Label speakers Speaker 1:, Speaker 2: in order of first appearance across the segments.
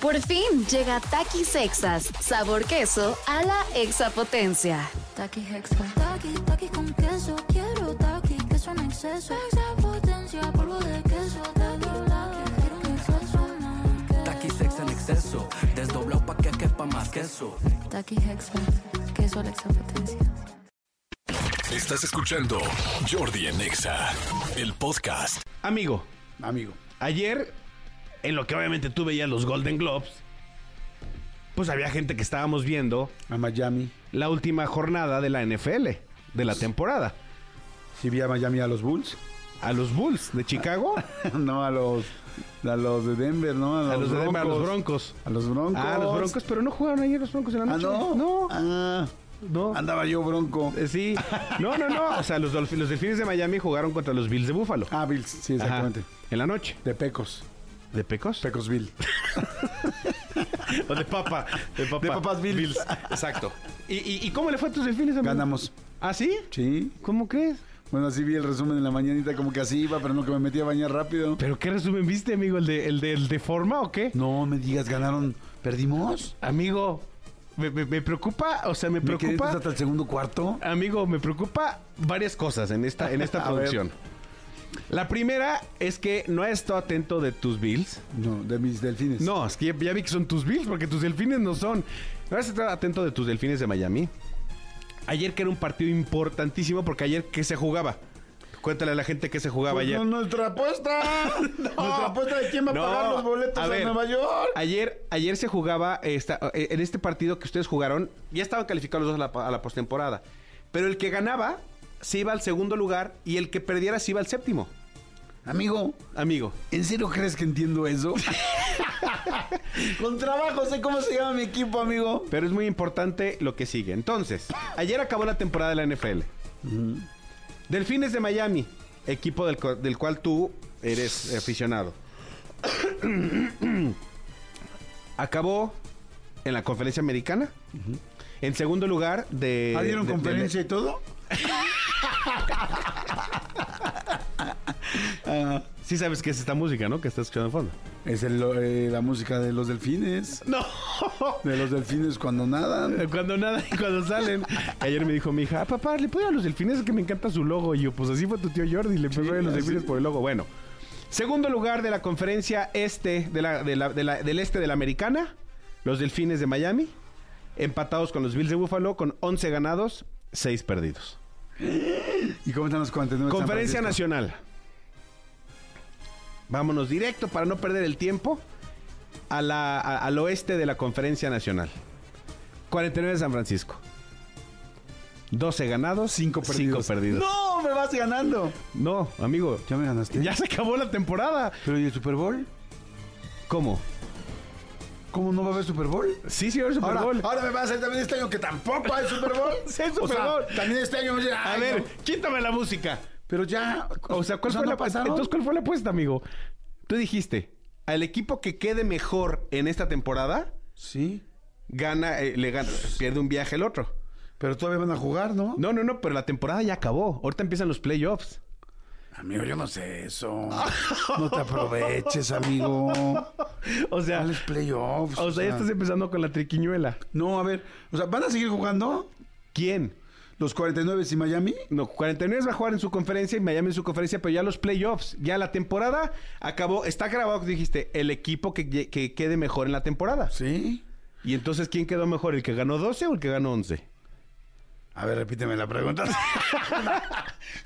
Speaker 1: Por fin llega Taqui Sexas, sabor queso a la exapotencia.
Speaker 2: Taqui Hexa. Taqui, taqui con queso. Quiero taqui, queso en exceso. Extra potencia, polvo de queso. Taqui, taqui, quiero un exceso más.
Speaker 3: Taqui sex en exceso, desdoblado pa' que quepa más queso.
Speaker 2: Taqui Hexa. Queso a la extra potencia.
Speaker 4: Estás escuchando Jordi en EXA, el podcast.
Speaker 5: Amigo,
Speaker 6: Amigo.
Speaker 5: ayer, en lo que obviamente tú veías los Golden Globes, pues había gente que estábamos viendo
Speaker 6: A Miami.
Speaker 5: la última jornada de la NFL, de la temporada.
Speaker 6: Si vi a Miami a los Bulls.
Speaker 5: A los Bulls de Chicago,
Speaker 6: no, a los, a los de Denver, ¿no?
Speaker 5: a los, de Denver, a los Broncos.
Speaker 6: A los Broncos.
Speaker 5: Ah, los Broncos, pero no jugaron ayer los Broncos en la
Speaker 6: Ah,
Speaker 5: noche.
Speaker 6: no.
Speaker 5: no.
Speaker 6: Ah,
Speaker 5: no.
Speaker 6: andaba yo bronco.
Speaker 5: Eh, Sí, no, no, no. O sea, los, Dolphin- los delfines de Miami jugaron contra los Bills de Buffalo.
Speaker 6: Ah, Bills, sí,
Speaker 5: Ajá.
Speaker 6: exactamente.
Speaker 5: En la noche.
Speaker 6: De Pecos.
Speaker 5: ¿De Pecos?
Speaker 6: Pecos Bill.
Speaker 5: O de Papa. De, papa.
Speaker 6: De Papas Bills.
Speaker 5: Exacto. ¿Y, y, y cómo le fue a tus delfines de Miami?
Speaker 6: Ganamos.
Speaker 5: ¿Ah, sí?
Speaker 6: Sí.
Speaker 5: ¿Cómo crees?
Speaker 6: Bueno, así vi el resumen en la mañanita, como que así iba, pero no que me metí a bañar rápido.
Speaker 5: ¿Pero qué resumen viste, amigo? ¿El de, el de, el de forma o qué?
Speaker 6: No me digas, ganaron. ¿Perdimos?
Speaker 5: Amigo, me, me- me preocupa, o sea, me
Speaker 6: ¿Me quedé
Speaker 5: preocupa.
Speaker 6: hasta el segundo cuarto?
Speaker 5: Amigo, me preocupa varias cosas en esta, en esta
Speaker 6: A ver.
Speaker 5: producción. La primera es que no he estado atento de tus bills.
Speaker 6: No, de mis delfines.
Speaker 5: No, es que ya, ya vi que son tus Bills, porque tus delfines no son. No vas a estar atento de tus delfines de Miami. Ayer que era un partido importantísimo, porque ayer que se jugaba. Cuéntale a la gente que se jugaba
Speaker 6: Pues
Speaker 5: ayer.
Speaker 6: no, nuestra apuesta. Nuestra apuesta de quién va a
Speaker 5: No.
Speaker 6: pagar los boletos
Speaker 5: A
Speaker 6: a,
Speaker 5: ver,
Speaker 6: Nueva York.
Speaker 5: Ayer, ayer se jugaba, esta- eh, en este partido que ustedes jugaron, ya estaban calificados los dos a la, pa- a la postemporada. Pero el que ganaba se iba al segundo lugar y el que perdiera se iba al séptimo.
Speaker 6: Amigo,
Speaker 5: Amigo,
Speaker 6: ¿en serio crees que entiendo eso? Con trabajo sé cómo se llama mi equipo, amigo.
Speaker 5: Pero es muy importante lo que sigue. Entonces, ayer acabó la temporada de la NFL. Delfines de Miami, equipo del, cu- del cual tú eres aficionado. acabó en la conferencia americana. En segundo lugar de...
Speaker 6: ¿Ah, dieron
Speaker 5: de- de-
Speaker 6: conferencia y todo? Ah,
Speaker 5: sí sabes que es esta música, ¿no? Que estás escuchando en fondo.
Speaker 6: es el, eh, la música de los delfines.
Speaker 5: No.
Speaker 6: De los delfines cuando nadan.
Speaker 5: Cuando nada y cuando salen. Ayer me dijo mi hija, "Ah, papá, le puedo ir a los delfines que me encanta su logo. Y yo, pues así fue tu tío Jordi, le empezó a ir a los
Speaker 6: así.
Speaker 5: delfines por el logo. Bueno, segundo lugar de la conferencia este, de la, de la- de la- del este de la americana, los delfines de Miami, empatados con los Bills de Buffalo, con 11 ganados, 6 perdidos.
Speaker 6: ¿Y cómo están los 49 de San
Speaker 5: Conferencia
Speaker 6: Francisco?
Speaker 5: Nacional. Vámonos directo para no perder el tiempo a la- a- al oeste de la Conferencia Nacional. 49 de San Francisco. 12 ganados, 5 perdidos.
Speaker 6: ¡No! ¡Me vas ganando!
Speaker 5: No. amigo,
Speaker 6: ¿Ya me ganaste?
Speaker 5: ya se acabó la temporada.
Speaker 6: ¿Pero y el Super Bowl?
Speaker 5: ¿Cómo?
Speaker 6: ¿Cómo no va a haber Super Bowl?
Speaker 5: Sí, señor Super
Speaker 6: Ahora,
Speaker 5: Bowl.
Speaker 6: ahora me vas a hacer también este año que tampoco hay Super Bowl.
Speaker 5: Sí, hay
Speaker 6: O
Speaker 5: Super
Speaker 6: sea,
Speaker 5: Bowl.
Speaker 6: también este año. oye,
Speaker 5: a
Speaker 6: ay,
Speaker 5: ver,
Speaker 6: no.
Speaker 5: quítame la música.
Speaker 6: Pero ya.
Speaker 5: O sea, ¿cuál,
Speaker 6: o sea,
Speaker 5: fue
Speaker 6: no
Speaker 5: la,
Speaker 6: pasaron.
Speaker 5: entonces, ¿cuál fue la apuesta, amigo? Tú dijiste, al equipo que quede mejor en esta temporada,
Speaker 6: Sí.
Speaker 5: gana, eh, le gana, pierde un viaje el otro.
Speaker 6: Pero todavía van a jugar, ¿no?
Speaker 5: No, no, no, pero la temporada ya acabó. Ahorita empiezan los playoffs.
Speaker 6: Amigo, yo no sé eso. No te aproveches, amigo.
Speaker 5: O sea,
Speaker 6: Dales playoffs.
Speaker 5: pues, o sea, ya estás empezando con la triquiñuela.
Speaker 6: No, a ver. O sea, ¿van a seguir jugando
Speaker 5: ¿Quién?
Speaker 6: los 49 y Miami?
Speaker 5: No, 49 va a jugar en su conferencia y Miami en su conferencia, pero ya los playoffs, ya la temporada acabó. Está grabado, dijiste, el equipo que, lle- que quede mejor en la temporada.
Speaker 6: Sí.
Speaker 5: Y entonces, ¿quién quedó mejor? ¿El que ganó 12 o el que ganó 11?
Speaker 6: A ver, repíteme la pregunta.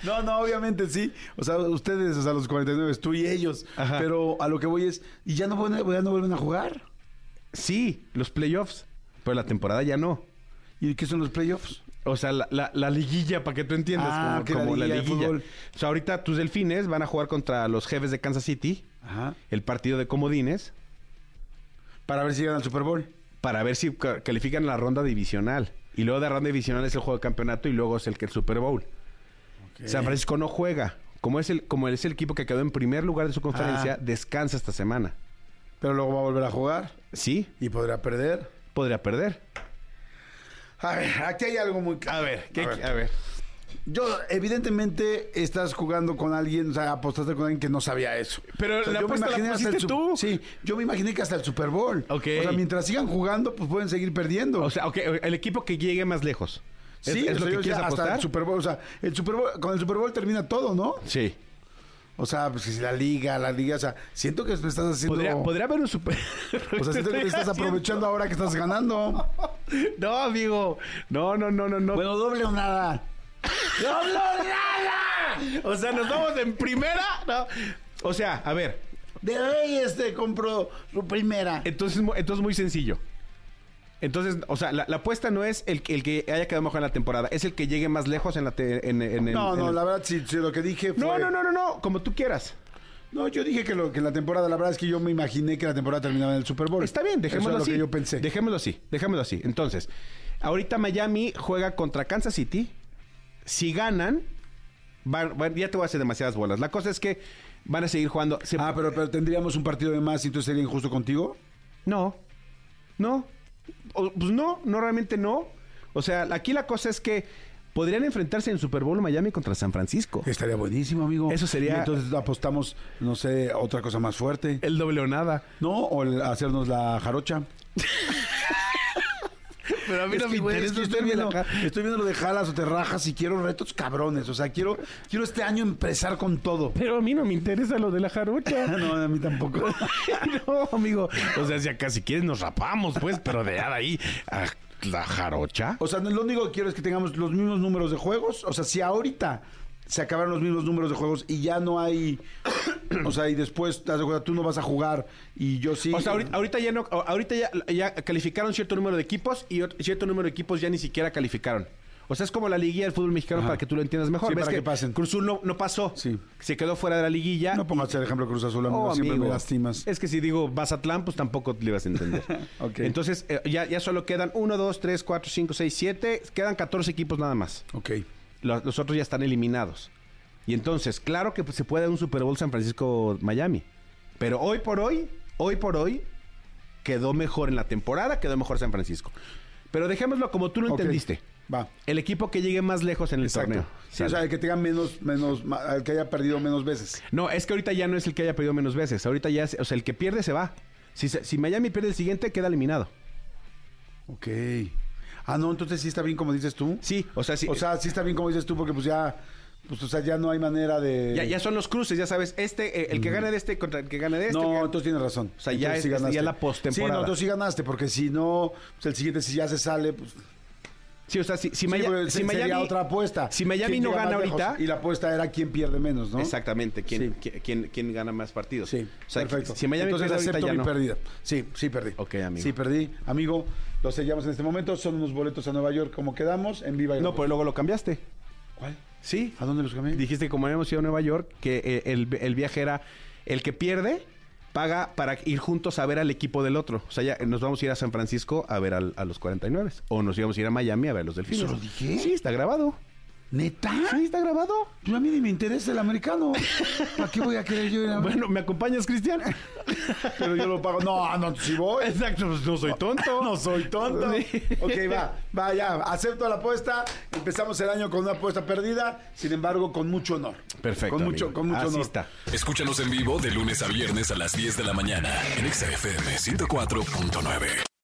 Speaker 6: no, no, obviamente sí. O sea, ustedes, o sea, los 49, tú y ellos.
Speaker 5: Ajá.
Speaker 6: Pero a lo que voy es, ¿y ya no, vuelven a- ya no vuelven a jugar?
Speaker 5: Sí, los playoffs, pero la temporada ya no.
Speaker 6: ¿Y qué son los playoffs?
Speaker 5: O sea, la, la- la liguilla, para que tú entiendas,
Speaker 6: Ah,
Speaker 5: como,
Speaker 6: que la
Speaker 5: como la
Speaker 6: liguilla de
Speaker 5: liguilla.
Speaker 6: fútbol.
Speaker 5: O sea, ahorita tus delfines van a jugar contra los jefes de Kansas City,
Speaker 6: Ajá.
Speaker 5: el partido de comodines,
Speaker 6: Para ver si llegan al Super Bowl.
Speaker 5: para ver si ca- califican la ronda divisional. Y luego de ronda divisional es el juego de campeonato y luego es el que el Super Bowl. San Francisco no juega. Como es el, como es el equipo que quedó en primer lugar de su conferencia,
Speaker 6: Ah.
Speaker 5: descansa esta semana.
Speaker 6: Pero luego va a volver a jugar
Speaker 5: Sí,
Speaker 6: y podrá perder.
Speaker 5: podría perder.
Speaker 6: A ver, aquí hay algo muy claro.
Speaker 5: ¿Qué- a ver.
Speaker 6: Yo, evidentemente, estás jugando con alguien, o sea, apostaste con alguien que no sabía eso.
Speaker 5: Pero
Speaker 6: O sea,
Speaker 5: la
Speaker 6: yo me
Speaker 5: apuesta la
Speaker 6: imaginé hasta el
Speaker 5: pusiste
Speaker 6: Sup-
Speaker 5: tú.
Speaker 6: Sí, yo me imaginé que hasta el Super Bowl.
Speaker 5: Ok.
Speaker 6: O sea, mientras sigan jugando, pues pueden seguir perdiendo.
Speaker 5: O sea, ok, el equipo que llegue más lejos. ¿Es,
Speaker 6: sí,
Speaker 5: es
Speaker 6: o sea,
Speaker 5: lo
Speaker 6: yo
Speaker 5: que
Speaker 6: decía,
Speaker 5: quieres
Speaker 6: hasta
Speaker 5: apostar?
Speaker 6: el Super Bowl, o sea, el Super Bowl, con el Super Bowl termina todo, ¿no?
Speaker 5: Sí.
Speaker 6: O sea, pues si la liga, la liga, o sea, siento que me estás haciendo...
Speaker 5: ¿Podría, podría haber un super.
Speaker 6: O sea, siento que te estás aprovechando ahora que estás ganando.
Speaker 5: No, amigo. No, no, no, no, no.
Speaker 6: Bueno, doble o nada. ¡Doble o nada!
Speaker 5: o sea, nos vamos en primera. No. O sea, a ver.
Speaker 6: De Reyes te compró su primera.
Speaker 5: Entonces, mu- entonces muy sencillo. Entonces, o sea, la, la apuesta no es el, que- el que haya quedado mejor en la temporada, es el que llegue más lejos en la te- en, en- en-
Speaker 6: No,
Speaker 5: en
Speaker 6: no,
Speaker 5: el-
Speaker 6: la verdad, si, si lo que dije fue...
Speaker 5: no, no, no, no, no, como tú quieras.
Speaker 6: No, yo dije que, lo, que la temporada, la verdad es que yo me imaginé que la temporada terminaba en el Super Bowl.
Speaker 5: Está bien, dejémoslo
Speaker 6: Eso es
Speaker 5: así.
Speaker 6: lo que yo pensé.
Speaker 5: Dejémoslo así, dejémoslo así. Entonces, ahorita Miami juega contra Kansas City. Si ganan, van- van- ya te voy a hacer demasiadas bolas. La cosa es que van a seguir jugando. Se-
Speaker 6: Ah, pero, pero tendríamos un partido de más y entonces sería injusto contigo.
Speaker 5: No, no. O- pues no, no, realmente no. O sea, aquí la cosa es que podrían enfrentarse en Super Bowl Miami contra San Francisco.
Speaker 6: Estaría buenísimo, amigo.
Speaker 5: Eso sería-
Speaker 6: Y entonces apostamos, no sé, a otra cosa más fuerte.
Speaker 5: El doble o nada.
Speaker 6: ¿No? O el hacernos la jarocha.
Speaker 5: Pero a mí
Speaker 6: Es que, güey, es que estoy,
Speaker 5: verme
Speaker 6: viendo,
Speaker 5: la cara.
Speaker 6: estoy viendo lo de jalas o te rajas y quiero retos cabrones. O sea, quiero, quiero este año empezar con todo. Ah,
Speaker 5: Pero a mí no me interesa lo de la jarocha.
Speaker 6: no, a mí tampoco.
Speaker 5: no, amigo. O sea, si acá si quieres nos rapamos, pues, pero de nada ahí a la jarocha.
Speaker 6: O sea, lo único que quiero es que tengamos los mismos números de juegos. O sea, si ahorita se acabaron los mismos números de juegos y ya no hay. O sea, y después, te das de cuenta, tú no vas a jugar y yo sí.
Speaker 5: O sea, ahorita, ahorita ya no, ahorita ya, ya calificaron cierto número de equipos y ot- cierto número de equipos ya ni siquiera calificaron. O sea, es como la liguilla del fútbol mexicano
Speaker 6: Ajá.
Speaker 5: para que tú lo entiendas mejor.
Speaker 6: Sí,
Speaker 5: ¿Ves
Speaker 6: para que pasen.
Speaker 5: Cruz Azul no, no pasó.
Speaker 6: Sí.
Speaker 5: Se quedó fuera de la liguilla.
Speaker 6: No pongas el ejemplo Cruz Azul, amigo.
Speaker 5: Oh,
Speaker 6: Siempre me
Speaker 5: amigo.
Speaker 6: lastimas.
Speaker 5: Es que si digo Mazatlán, pues tampoco le vas a entender.
Speaker 6: Ok.
Speaker 5: Entonces, eh, ya, ya solo quedan 1, 2, 3, 4, 5, 6, 7. Quedan 14 equipos nada más.
Speaker 6: Ok.
Speaker 5: Lo- Los, otros ya están eliminados. Y entonces, claro que se puede un Super Bowl San Francisco-Miami. Pero hoy por hoy, hoy por hoy, quedó mejor en la temporada, quedó mejor San Francisco. Pero dejémoslo como tú lo
Speaker 6: Ok.
Speaker 5: entendiste.
Speaker 6: Va.
Speaker 5: El equipo que llegue más lejos en el
Speaker 6: Exacto.
Speaker 5: torneo.
Speaker 6: Sí, o sea, el que tenga menos, menos, ma- el que haya perdido menos veces.
Speaker 5: No, es que ahorita ya no es el que haya perdido menos veces. Ahorita ya, es- o sea, el que pierde se va. Si, se- si Miami pierde el siguiente, queda eliminado.
Speaker 6: Ok. Ah, no, entonces sí está bien como dices tú.
Speaker 5: Sí, o sea, sí. eh,
Speaker 6: O sea, sí está bien como dices tú, porque pues ya, pues o sea, ya no hay manera de.
Speaker 5: ya, ya son los cruces, ya sabes. Este, eh, el que gane de este contra el que gane de este. el que
Speaker 6: No,
Speaker 5: gane-
Speaker 6: entonces tienes razón.
Speaker 5: O sea,
Speaker 6: Entonces
Speaker 5: ya es- ya
Speaker 6: ganaste.
Speaker 5: la postemporada.
Speaker 6: Sí, no, entonces sí ganaste, porque si no, pues, el siguiente si ya se sale, pues
Speaker 5: Sí, o sea, si, si
Speaker 6: sí,
Speaker 5: Maya-
Speaker 6: pues,
Speaker 5: si
Speaker 6: se-
Speaker 5: Miami.
Speaker 6: sería otra apuesta.
Speaker 5: Si Miami
Speaker 6: ¿Quién
Speaker 5: no
Speaker 6: llega
Speaker 5: gana
Speaker 6: más lejos?
Speaker 5: ahorita.
Speaker 6: Y la apuesta era quién pierde menos, ¿no?
Speaker 5: Exactamente, ¿quién,
Speaker 6: Sí.
Speaker 5: qui- quién- quién gana más partidos.
Speaker 6: Sí,
Speaker 5: O sea,
Speaker 6: perfecto.
Speaker 5: Si Miami
Speaker 6: Entonces
Speaker 5: pierde ahorita,
Speaker 6: acepto
Speaker 5: ya
Speaker 6: mi
Speaker 5: no.
Speaker 6: pérdida. Sí, sí perdí.
Speaker 5: Ok, amigo.
Speaker 6: Sí perdí. Amigo, lo sellamos en este momento. Son unos boletos a Nueva York como quedamos en Viva y
Speaker 5: No, pero luego lo cambiaste.
Speaker 6: ¿Cuál?
Speaker 5: Sí.
Speaker 6: ¿A dónde los cambié?
Speaker 5: Dijiste que como habíamos ido a Nueva York, que eh, el, el viaje era el que pierde paga para ir juntos a ver al equipo del otro. O sea, ya eh, nos vamos a ir a San Francisco a ver al- a los 49. O nos íbamos a ir a Miami a ver los delfines.
Speaker 6: ¿Eso lo dije?
Speaker 5: Sí, está grabado.
Speaker 6: ¿Neta?
Speaker 5: Sí, está grabado.
Speaker 6: Yo a mí ni me interesa el americano. ¿Para qué voy a querer yo ir a
Speaker 5: Bueno, ¿me acompañas, Cristian?
Speaker 6: Pero yo lo pago. No, no, si voy.
Speaker 5: Exacto, pues no soy tonto.
Speaker 6: No soy tonto.
Speaker 5: Sí.
Speaker 6: Ok, va, va, ya. Acepto la apuesta. Empezamos el año con una apuesta perdida, sin embargo, con mucho honor.
Speaker 5: Perfecto.
Speaker 6: Con mucho,
Speaker 5: amigo.
Speaker 6: con mucho
Speaker 5: Así
Speaker 6: honor.
Speaker 5: está.
Speaker 4: Escúchanos en vivo de lunes a viernes a las 10 de la mañana en Exa FM 104.9.